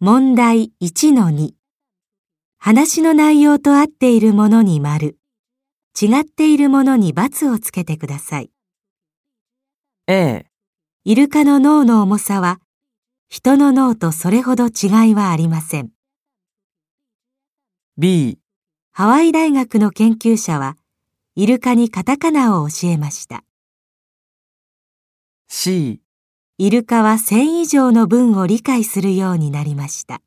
問題1-2話の内容と合っているものに丸、違っているものに×をつけてください。 A、イルカの脳の重さは、人の脳とそれほど違いはありません。 B、ハワイ大学の研究者は、イルカにカタカナを教えました。 C。イルカは1000以上の文を理解するようになりました。